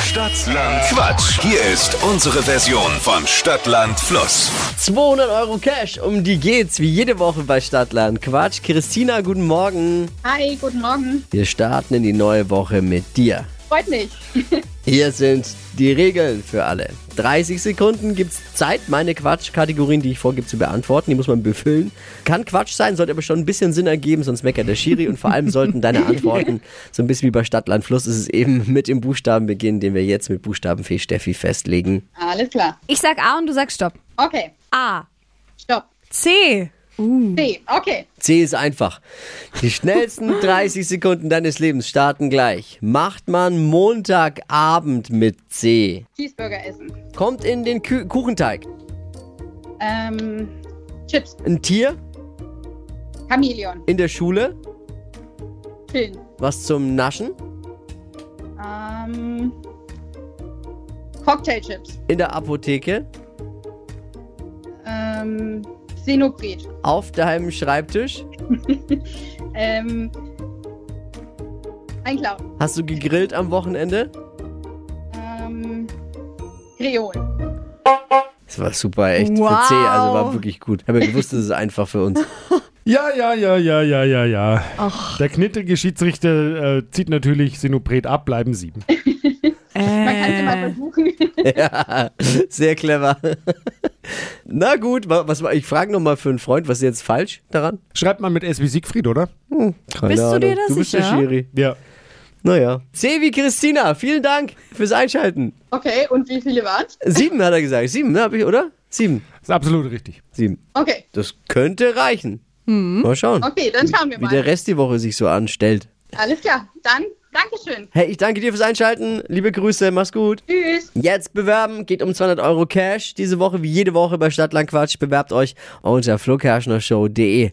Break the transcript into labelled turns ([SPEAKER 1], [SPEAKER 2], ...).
[SPEAKER 1] Stadtland Quatsch. Hier ist unsere Version von Stadtland Fluss.
[SPEAKER 2] 200 Euro Cash, um die geht's wie jede Woche bei Stadtland Quatsch. Christina, guten Morgen.
[SPEAKER 3] Hi, guten Morgen.
[SPEAKER 2] Wir starten in die neue Woche mit dir.
[SPEAKER 3] Freut mich.
[SPEAKER 2] Hier sind die Regeln für alle. 30 Sekunden gibt's Zeit, meine Quatschkategorien, die ich vorgebe, zu beantworten. Die muss man befüllen. Kann Quatsch sein, sollte aber schon ein bisschen Sinn ergeben, sonst meckert der Schiri. Und vor allem sollten deine Antworten so ein bisschen wie bei Stadtland Fluss ist es eben mit dem Buchstaben beginnen, den wir jetzt mit Buchstabenfee Steffi festlegen.
[SPEAKER 3] Alles klar.
[SPEAKER 4] Ich sag A und du sagst Stopp.
[SPEAKER 3] Okay,
[SPEAKER 4] A.
[SPEAKER 3] stopp.
[SPEAKER 4] C.
[SPEAKER 3] C, okay.
[SPEAKER 2] C ist einfach. Die schnellsten 30 Sekunden deines Lebens starten gleich. Macht man Montagabend mit C.
[SPEAKER 3] Cheeseburger essen.
[SPEAKER 2] Kommt in den Kü Kuchenteig.
[SPEAKER 3] Ähm, Chips.
[SPEAKER 2] Ein Tier
[SPEAKER 3] Chamäleon.
[SPEAKER 2] in der Schule.
[SPEAKER 3] Chillen.
[SPEAKER 2] Was zum Naschen.
[SPEAKER 3] Ähm, Cocktailchips.
[SPEAKER 2] In der Apotheke.
[SPEAKER 3] Ähm, Xenobrit.
[SPEAKER 2] Auf deinem Schreibtisch.
[SPEAKER 3] Ähm, Einklauen.
[SPEAKER 2] Hast du gegrillt am Wochenende?
[SPEAKER 3] Ähm, Kreol.
[SPEAKER 2] Das war super, echt für
[SPEAKER 4] Wow.
[SPEAKER 2] C. Also war wirklich gut. Aber ich wusste, es ist einfach für uns.
[SPEAKER 5] Ja, ja, ja, ja, ja, ja, ja. Der knittrige Schiedsrichter äh, zieht natürlich Sinopret ab, bleiben sieben.
[SPEAKER 3] Man kann sie mal versuchen.
[SPEAKER 2] Ja, sehr clever. Na gut, wa- was, war- ich frage nochmal für einen Freund, was ist jetzt falsch daran?
[SPEAKER 5] Schreibt man mit S wie Siegfried, oder?
[SPEAKER 2] Keine
[SPEAKER 4] Bist du dir da
[SPEAKER 2] Du bist der
[SPEAKER 4] sicher?
[SPEAKER 2] Schiri.
[SPEAKER 5] Ja.
[SPEAKER 2] Naja. Sevi Christina, vielen Dank fürs Einschalten.
[SPEAKER 3] Okay, und wie viele waren's?
[SPEAKER 2] Sieben hat er gesagt. Sieben, ne, hab ich, oder? Sieben.
[SPEAKER 5] Ist absolut richtig.
[SPEAKER 2] Sieben.
[SPEAKER 3] Okay,
[SPEAKER 2] Das könnte reichen. Mal schauen,
[SPEAKER 3] Mhm. okay, dann schauen wir
[SPEAKER 2] wie der
[SPEAKER 3] mal.
[SPEAKER 2] Rest die Woche sich so anstellt.
[SPEAKER 3] Alles klar, dann Dankeschön.
[SPEAKER 2] Hey, ich danke dir fürs Einschalten. Liebe Grüße, mach's gut.
[SPEAKER 3] Tschüss.
[SPEAKER 2] Jetzt bewerben, geht um 200 Euro Cash. Diese Woche wie jede Woche bei Stadtlandquatsch. Bewerbt euch unter flokerschnershow.de.